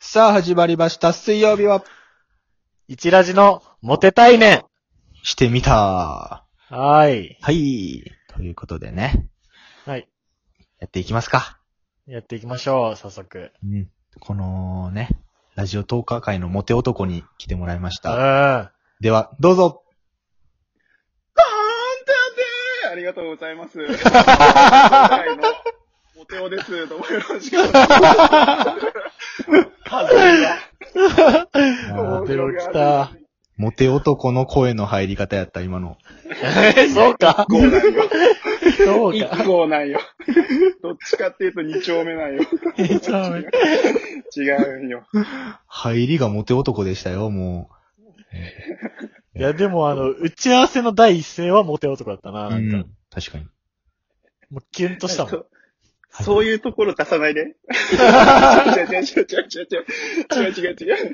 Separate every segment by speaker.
Speaker 1: さあ、始まりました。水曜日は、
Speaker 2: 一ラジのモテたいね
Speaker 1: してみた。
Speaker 2: ん。はーい。
Speaker 1: はい。ということでね、
Speaker 2: はい。
Speaker 1: やっていきますか。
Speaker 2: やっていきましょう、早速。
Speaker 1: うん。このね、ラジオトーカー界のモテ男に来てもらいまし
Speaker 2: う
Speaker 1: た。
Speaker 2: ん。
Speaker 1: では、どう ぞ。
Speaker 3: バーンってあてありがとうございます。今回のモテオです。どうもよろしくお願いします。
Speaker 2: モテオ来た。
Speaker 1: モテ男の声の入り方やった、今の。
Speaker 2: そうか。
Speaker 3: 一号なんよ。
Speaker 2: そう
Speaker 3: 一
Speaker 2: か。
Speaker 3: 号なんよ。どっちかっていうと二丁目なんよ。
Speaker 2: 二丁目
Speaker 3: 違うんよ。
Speaker 1: 入りがモテ男でしたよ、も
Speaker 2: いや、でもあの、打ち合わせの第一声はモテ男だったな、
Speaker 1: う。
Speaker 2: なんか。
Speaker 1: うん確かに。
Speaker 2: もうキュンとした もん。
Speaker 3: そそういうところ出さないで。違う違う違う違う違う違う違う違う違う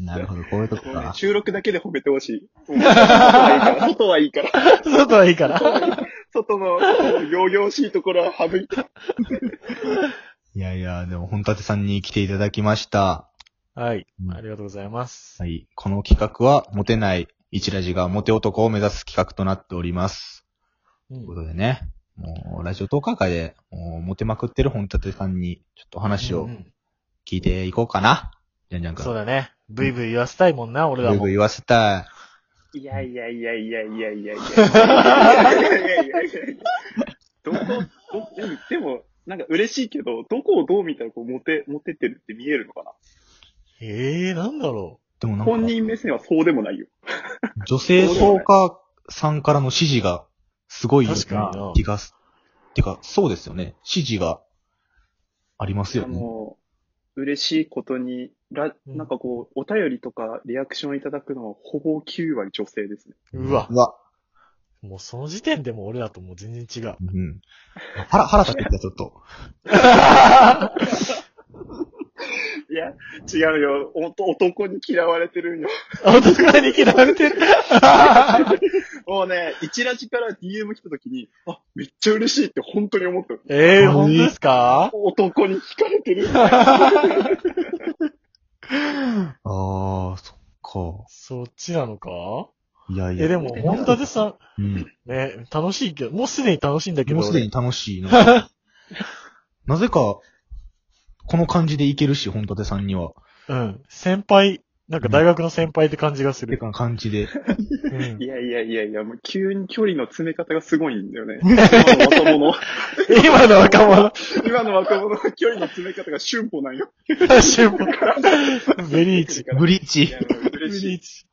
Speaker 1: なるほど、こういうとこ
Speaker 3: もうね
Speaker 1: か。
Speaker 3: 収録だけで褒めてほしい。もう外はいいから、外はいいから。
Speaker 2: 外はいいから。
Speaker 3: 外の、外の行々しいところは省いて。
Speaker 1: いやいや、でも、本立さんに来ていただきました。
Speaker 2: はい。
Speaker 1: うん
Speaker 2: ありがとうございます。
Speaker 1: はい。この企画は、モテない一ラジがモテ男を目指す企画となっております。
Speaker 2: うん
Speaker 1: ということでね、もう、ラジオトーカー会で、もう、モテまくってる本立さんに、ちょっとお話
Speaker 2: う
Speaker 1: を
Speaker 2: ん
Speaker 1: 聞いていこうかな。じゃんじゃんくん。
Speaker 2: そうだね。ブイブイ言わせたいもんな、俺ら
Speaker 1: よ
Speaker 2: も
Speaker 1: く。言わせたい。
Speaker 3: いやいやいやいやいやいやいやいやいやいやいや。どこ、ど、でも、でも、なんか嬉しいけど、どこをどう見たらこう、モテ、モテてるって見えるのか
Speaker 2: ええー、なんだろ
Speaker 1: でも
Speaker 3: な
Speaker 1: な
Speaker 3: 本
Speaker 1: んか、
Speaker 3: 人目線はそうでもないよ。
Speaker 1: 女性トーカーさんからの指示が、すごい
Speaker 2: 確かにな
Speaker 1: 気がす、てか、そうですよね。指示が、あります
Speaker 3: あ
Speaker 1: よね。
Speaker 3: の、嬉しいことに、ら、なんかこう、お便りとかリアクションいただくのは、ほぼ9割女性ですね。
Speaker 2: う。うわ
Speaker 1: う。わ。
Speaker 2: もうその時点でもう俺らともう全然違 う。
Speaker 1: うん。腹、腹立ってきた、ちょっと。
Speaker 3: いや、違うよ。おと男に嫌われてるんよ。
Speaker 2: 男に嫌われてる。
Speaker 3: もうね、一ラジから DM 来た時に、あ、めっちゃ嬉しいって本当に思ったよ。
Speaker 2: ええー、本当ですか
Speaker 3: 男に惹かれてる。
Speaker 1: ああ、そっか。
Speaker 2: そっちなのか
Speaker 1: いやいや。
Speaker 2: え、でも、本立さ
Speaker 1: うん。
Speaker 2: ん、ね、楽しいけど、もうすでに楽しいんだけど。
Speaker 1: もうすでに楽しい な。なぜか、この感じでいけるし、本立さんには。っ
Speaker 2: 俺うん。先輩、なんか大学の先輩って感じがす
Speaker 1: て
Speaker 2: る。
Speaker 1: か感じで。
Speaker 2: うん
Speaker 3: いやいやいやいや、もう急に距離の詰め方がすごいんだ よね。今の若者。
Speaker 2: 今の若者、
Speaker 3: 今の若者は距離の詰め方が春歩なんよ。
Speaker 2: シュンベリーチ。
Speaker 1: ブリッ
Speaker 3: い
Speaker 1: ジ
Speaker 3: や。もう嬉しい。
Speaker 2: チ。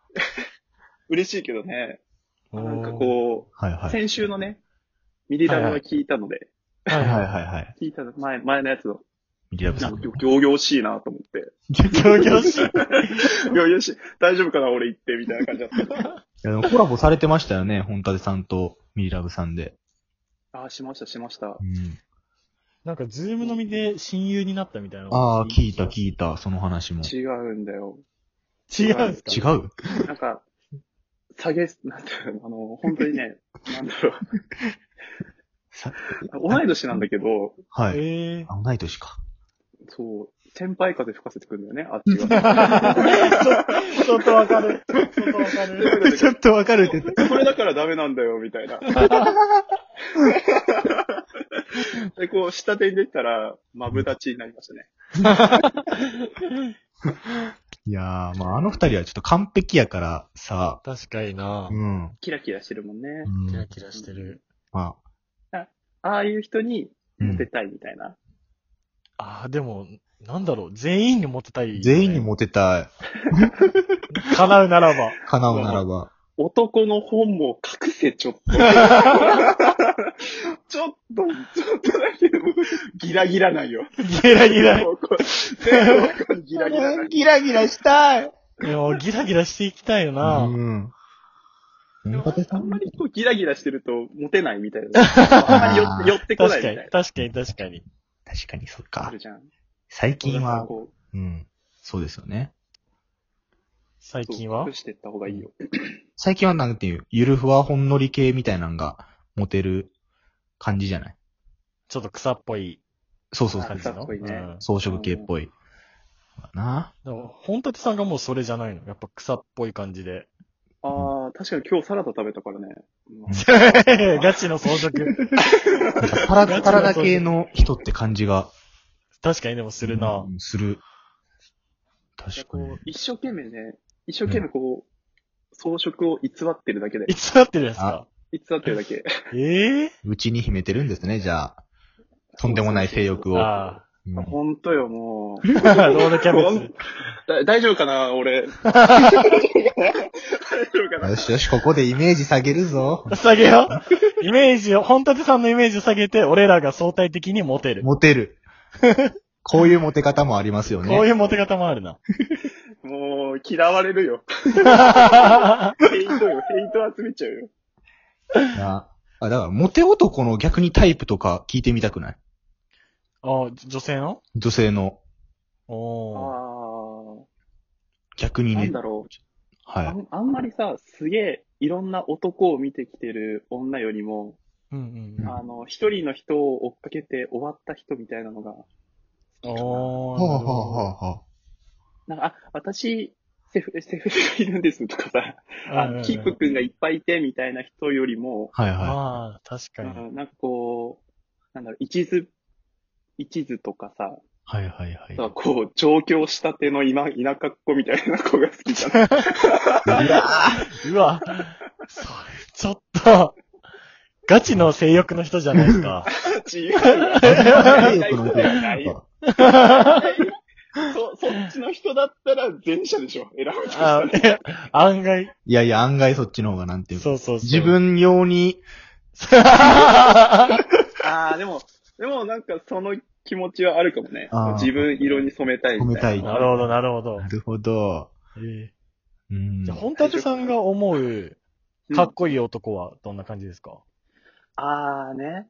Speaker 3: 嬉しいけどね。
Speaker 2: な
Speaker 3: なんかこ、
Speaker 1: はいうはい。
Speaker 3: 先週のね、ミリラブは聞いたので、
Speaker 2: う、
Speaker 1: は
Speaker 2: はいい
Speaker 1: は
Speaker 2: はいい。
Speaker 1: はいはい。
Speaker 3: 聞いたの、前、前のやつの、
Speaker 1: ミリアブさ
Speaker 3: なん
Speaker 1: ん
Speaker 3: か。行々しいなと思 って。
Speaker 2: 行々しい。
Speaker 3: 行々しい。大丈夫かな俺行って、みたいな感じだった。
Speaker 1: いやでもコラボされてましたよね、本立さんとミリラブさんで。
Speaker 3: あー、しました、しました。
Speaker 1: うん。
Speaker 2: なんか、ズーム飲みで親友になったみたいな。
Speaker 1: ああ、聞いた聞いた、その話も。違
Speaker 3: 違うんだよ。
Speaker 2: 違うんですか
Speaker 1: う
Speaker 3: なんか、下げ、なんていうの、あの、本当にね、なんだろう。
Speaker 1: さ
Speaker 3: 同い年なんだけど、
Speaker 1: はい。
Speaker 2: ええ
Speaker 1: あ、同い年か。
Speaker 3: そう、先輩風吹かせてくるんだよね、あっちが。
Speaker 2: ー。ちょっとわかる。ちょっとわか る。
Speaker 1: ちょっとわかるって
Speaker 3: これだからダメなんだよ、みたいな。で、こう、下手に出たら、マブダチになりましたね。
Speaker 1: いやー、まああの二人はちょっと完璧やからさ。
Speaker 2: 確かにな
Speaker 1: う。ん。
Speaker 3: キラキラしてるもんね。
Speaker 1: うん
Speaker 2: キラキラしてる。
Speaker 1: まあ、
Speaker 3: ああいう人に、
Speaker 1: う
Speaker 3: モ
Speaker 1: ん
Speaker 3: テたいみたいな。
Speaker 2: ああ、でも、なんだろう、全員にモテたい、
Speaker 1: 全員にモテたい。
Speaker 2: 叶うならば。
Speaker 1: 叶うならば。
Speaker 3: 男の本も隠せ、ちょっと。ちょっと、ちょっとだけでも、ギラギラないよ。
Speaker 2: ギラギラ。
Speaker 3: もうこう全部ここにギラギラない。
Speaker 1: ギラギラしたい。
Speaker 2: でも、ギラギラしていきたいよ
Speaker 1: う
Speaker 2: な。
Speaker 1: ん。本立
Speaker 3: あ
Speaker 1: さ
Speaker 3: ん
Speaker 1: ん
Speaker 3: まりこうギラギラしてるとモテないみたいな。あんまり寄って寄ってこない
Speaker 2: 確か
Speaker 3: みた
Speaker 2: に
Speaker 3: いな、。
Speaker 2: 確かに、確かに。
Speaker 1: 確かにそっ
Speaker 3: あ
Speaker 1: か
Speaker 3: る。じゃん。
Speaker 1: 最近
Speaker 3: だから
Speaker 1: は、
Speaker 3: こう
Speaker 1: うん。そうですよね。
Speaker 2: 最近
Speaker 3: そう
Speaker 2: は
Speaker 3: 隠していった方がいいよ。
Speaker 1: 最近はなんていう、ゆるふわほんのり系みたいなのがモテる感じじゃない
Speaker 2: ちょっと草っぽい
Speaker 1: そうそうそう
Speaker 3: は
Speaker 2: 感
Speaker 3: い。
Speaker 2: じの。
Speaker 3: 草っぽいね
Speaker 2: うん
Speaker 1: 装飾系っぽい。な。
Speaker 2: でも、本立さんがもうそれじゃないの。やっぱ草っぽい感じで。
Speaker 3: ああ、確かに今日サラダ食べたからね。うん
Speaker 2: ガチの装飾。
Speaker 1: パラパラだ系の人って感じが。
Speaker 2: 確かにでもするな
Speaker 1: う。んする。確か
Speaker 3: こ
Speaker 1: に
Speaker 3: う。一生懸命ね、一生懸命こう、装飾を偽ってるだけで
Speaker 2: い。つなってるんですか
Speaker 3: 偽ってるだけ。
Speaker 2: ええ
Speaker 1: うちに秘めてるんですね、じゃあ。とんでもない性欲を。
Speaker 2: あ
Speaker 1: うん
Speaker 3: あほんとよ、もう。
Speaker 2: あ。ロールキャベツ。
Speaker 3: だ大丈夫かな、俺。大丈夫かな
Speaker 1: よ。しよし、ここでイメージ下げるぞ。
Speaker 2: 下げよう。イメージを、本立さんのイメージを下げて、俺らが相対的にモテる。
Speaker 1: モテる。こういうモテ方もありますよね。
Speaker 2: こういうモテ方もあるな。
Speaker 3: もう、嫌われるよ。ヘイトよ、ヘイト集めちゃうよ。
Speaker 1: なあ、だから、モテ男の逆にタイプとか聞いてみたくない
Speaker 2: あ女性の
Speaker 1: 女性の。
Speaker 2: おお。
Speaker 3: あ
Speaker 1: 逆に
Speaker 3: あ、な
Speaker 1: ね
Speaker 3: ん。だろう。
Speaker 1: は
Speaker 3: あ
Speaker 1: い。
Speaker 3: んあんまりさ、すげえ、いろんな男を見てきてる女よりも、
Speaker 2: うんうん
Speaker 3: あの、一人の人を追っかけて終わった人みたいなのが、
Speaker 2: うん。お
Speaker 1: は
Speaker 2: お。
Speaker 1: あ、はあはあは
Speaker 3: なんか、あ、私、セフレ、セフレがいるんですとかさ、あ
Speaker 2: うんうんうん
Speaker 3: キープくんがいっぱいいてみたいな人よりも、
Speaker 1: あ、はいは
Speaker 2: ああ、確かに。
Speaker 3: うんなんかこう、なんだろう、一途、一途とかさ、
Speaker 1: い。はいはい
Speaker 3: な
Speaker 1: は
Speaker 3: んかこう、上京したての今、田舎っ子みたいな子が好きじゃない
Speaker 1: い。いや
Speaker 2: うわ、それ、ちょっと、ガチの性欲の人じゃないで すか。
Speaker 3: 違 う。
Speaker 1: ー性欲のモテ
Speaker 3: ない
Speaker 1: 方
Speaker 3: よそ、そ っちの人だったら前者でしょ、選ぶとしたら
Speaker 2: あいや案外、
Speaker 1: いやいや、案外そっちの方がなんていうか。
Speaker 2: そうそうそう。
Speaker 1: 自 分用に、
Speaker 3: ああ、でも、でもなんかその気持ちはあるかもね
Speaker 1: あー。
Speaker 3: 自分色に染めたいみたい
Speaker 1: 染め
Speaker 3: な。
Speaker 2: なるほど、なるほど
Speaker 1: な。るほど。
Speaker 2: ええ
Speaker 1: うん
Speaker 2: じゃあ、。本立さんが思う、かっこいい男はどんな感じですか
Speaker 3: ああね。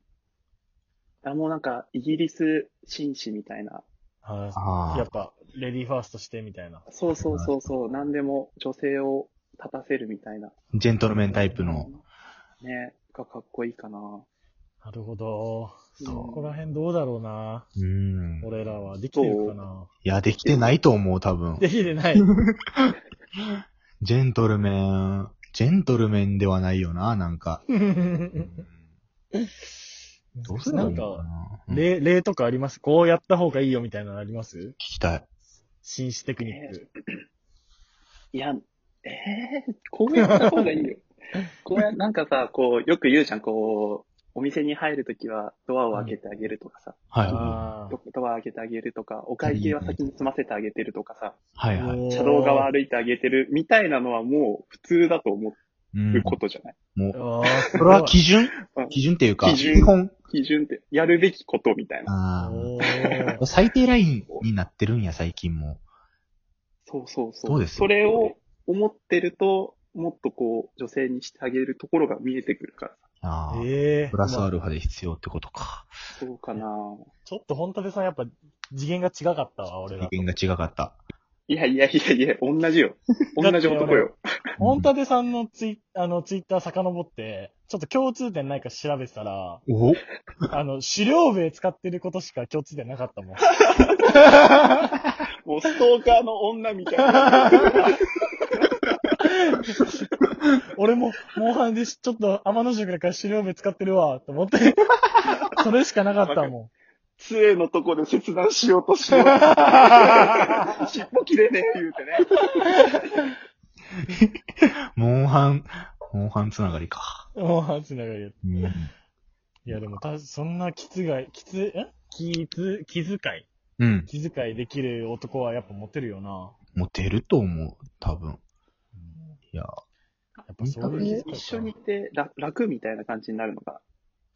Speaker 3: あ、もうなんか、イギリス紳士みたいな。
Speaker 2: あ
Speaker 1: あ
Speaker 2: あ
Speaker 1: あ
Speaker 2: やっぱ、レディーファーストしてみたいな。
Speaker 3: そうそうそうそう、なんでも女性を立たせるみたいな。
Speaker 1: ジェントルメンタイプの。
Speaker 3: ね、がかっこいいかな。
Speaker 2: なるほど。
Speaker 3: うん
Speaker 2: そこら辺どうだろうな。
Speaker 1: うん。
Speaker 2: 俺らは。できてるかな。
Speaker 1: いや、できてないと思う、多分。
Speaker 2: できて ない。
Speaker 1: ジェントルメン、ジェントルメンではないよな、なんか。どうすんだろ
Speaker 2: な
Speaker 1: うんな
Speaker 2: か、
Speaker 1: うん聞
Speaker 2: 例、例とかありますこうやった方がいいよみたいなのあります
Speaker 1: きたい。
Speaker 2: 紳士テクニック。
Speaker 3: いや、ええー、こうやった方がいい よ。こうや、なんかさ、こう、よく言うじゃん、こう、お店に入るときはドアを開けてあげるとかさ、
Speaker 1: はいは
Speaker 2: あ
Speaker 3: ドドア開けてあげるとか、お会計は先に済ませてあげてるとかさ、
Speaker 1: い。はいはい。
Speaker 2: ー
Speaker 3: 車道側歩いてあげてるみたいなのはもう普通だと思
Speaker 1: うん
Speaker 3: うことじゃない。
Speaker 1: もう、
Speaker 2: あー
Speaker 1: それは基準
Speaker 3: うん
Speaker 1: 基準っていうか、
Speaker 3: 基準
Speaker 1: 基本。
Speaker 3: 基準って、やるべきことみたいな。
Speaker 1: あ
Speaker 2: おー
Speaker 1: あ。最低ラインになってるんや、最近も。
Speaker 3: そうそうそう。
Speaker 1: そうですよ
Speaker 3: それを思ってると、もっとこう、女性にしてあげるところが見えてくるから。
Speaker 1: ああ。
Speaker 2: ええ
Speaker 1: プラスア
Speaker 2: まあ
Speaker 1: ルファで必要ってことか。
Speaker 3: そうかな
Speaker 2: ちょっと本立さんやっぱ次元が違かったわ、俺
Speaker 1: 意
Speaker 2: ら。
Speaker 1: 見が違かった。
Speaker 3: いやいやいやいや、同 じよ。同じ男よ。
Speaker 2: 本立さんのツイあのツイッター遡って、ちょっと共通点ないか調べてたら、
Speaker 1: お
Speaker 2: あの、狩猟笛使ってることしか共通点なかったもん。
Speaker 3: もうストーカーの女みた いな。
Speaker 2: 俺も、モンハンでしちょっと天の塾だから狩猟笛使ってるわ、と思って。それしかなかったもん。
Speaker 3: 杖のとこで切断しようと してる。尻尾切れねえ言うてね。
Speaker 1: モンハン、モンハンつながりか。
Speaker 2: モンハンつながりや
Speaker 1: うん
Speaker 2: いや、でもた、そんな気遣い、気つ、ん気つ、気遣い
Speaker 1: うん。
Speaker 2: 気遣いできる男はやっぱモテるよな。
Speaker 1: モテると思う、多分。いや、
Speaker 2: やっぱそういう気遣い。
Speaker 3: 一緒にいて楽楽みたいな感じになるのが、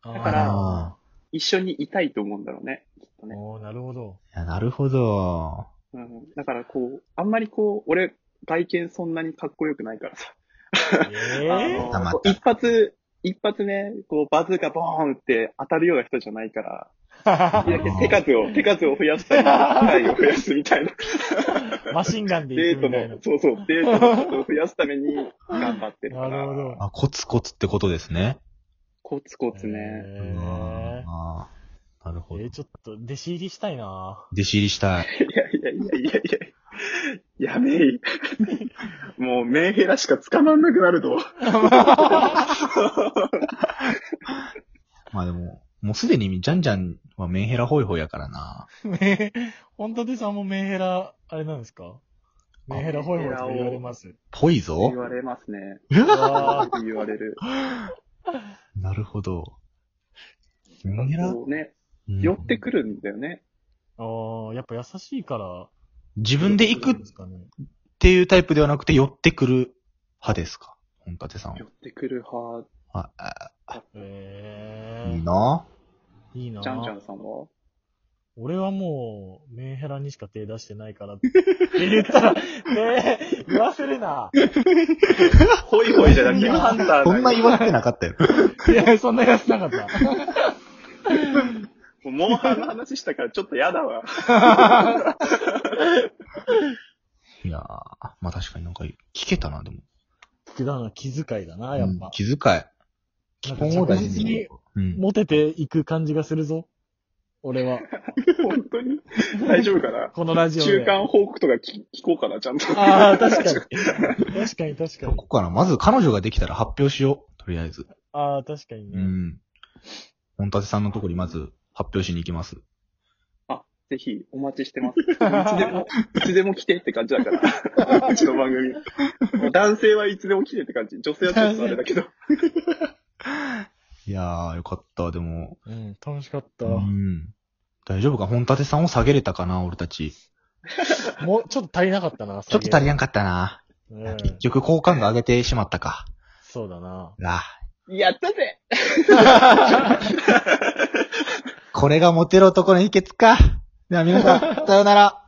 Speaker 2: あー。
Speaker 3: だから一緒にいたいと思うんだろうね、きっとね。
Speaker 2: おーなるほど。
Speaker 1: いや、なるほど。
Speaker 3: うん、だからこう、あんまりこう、俺、外見そんなにかっこよくないからさ。
Speaker 2: ええ
Speaker 1: た
Speaker 3: あ
Speaker 1: ま
Speaker 3: の
Speaker 1: た
Speaker 3: 一発、一発ね、こう、バズーカボーンって当たるような人じゃないから、いや手数を、手数を増やすために、機械を増やすみたいな。
Speaker 2: マシンガンで
Speaker 3: デ
Speaker 2: 行く
Speaker 3: ート
Speaker 2: みたいな
Speaker 3: の、。そうそう、デートの数を増やすために頑張ってるから。
Speaker 2: なるほど。
Speaker 1: あ、コツコツってことですね。
Speaker 3: コツコツね。
Speaker 2: えー
Speaker 1: ああなるほど
Speaker 2: えー。ちょっと、弟子入りしたいな
Speaker 1: 弟子入りしたい。
Speaker 3: いやいやいやいやいや。やべえ。もう、メンヘラしか捕まんなくなると。
Speaker 1: まあでも、もうすでにジャンジャンはメンヘラホイホイやからな。
Speaker 2: メン本立さんもメンヘラ、あれなんですかメンヘラホイホイとか言われます。
Speaker 1: ぽいぞ
Speaker 3: 言。われますね。
Speaker 2: うわ
Speaker 3: 言われる。
Speaker 1: なるほど。メンヘラ、
Speaker 3: こうね、
Speaker 1: うん
Speaker 3: 寄ってくるんだよね。
Speaker 2: ーああ、やっぱ優しいから。
Speaker 1: 自分で行くっ
Speaker 2: ですかね。
Speaker 1: ていうタイプではなくて寄ってくる派ですか本立さんは
Speaker 3: 寄ってくる派、
Speaker 1: ああ。
Speaker 2: ええー。
Speaker 1: いい。な。
Speaker 2: いいな
Speaker 3: ジャンジャンさんは
Speaker 2: 俺はもう、メンヘラにしか手出してないからって言ったら、ねえ、言わせるな。
Speaker 3: ホイホイじゃなくて、ハンターだよ
Speaker 1: そんな言われてなかったよ。
Speaker 2: いや、そんなやつなかった。
Speaker 3: もうモンハンの話したからちょっと嫌だわ。
Speaker 1: いやーまあ確かになんか聞けたな、でも。
Speaker 2: だな、気遣いだな、やっ
Speaker 1: うん
Speaker 2: ぱ。
Speaker 1: 気遣い。
Speaker 2: 基
Speaker 1: 本を大事に
Speaker 2: に
Speaker 1: うん。
Speaker 2: モテていく感じがするぞ。俺は。
Speaker 3: 本当に大丈夫かな
Speaker 2: このラジオで。
Speaker 3: 中間報告とか聞聞こうかな、ちゃんと。
Speaker 2: ああ、確か に。 確かに確か
Speaker 1: そ
Speaker 2: に。
Speaker 1: こから、まず彼女ができたら発表しよう。とりあえず。
Speaker 2: ああ、確かに
Speaker 1: う
Speaker 2: ね。
Speaker 1: ん。本立さんのとこにまず発表しに行きます。
Speaker 3: ぜひ、お待ちしてます。いつでも、いつでも来てって感じだから。うちの番組。男性はいつでも来てって感じ。女性はちょっとあれだけど。
Speaker 1: いやー、よかった。でも、
Speaker 2: うん、楽しかっ
Speaker 1: うん。大丈夫か本立さんを下げれたかな俺たち。
Speaker 2: た。もう、ちょっと足りなかったな、
Speaker 1: ちょっと足り
Speaker 2: な
Speaker 1: なかったな。
Speaker 2: う
Speaker 1: 結
Speaker 2: ん。
Speaker 1: 局、好感度上げてしまったか。
Speaker 2: そうだな。
Speaker 1: なあ
Speaker 3: やったぜ
Speaker 1: これがモテる男の秘訣か。では皆さん、さようなら。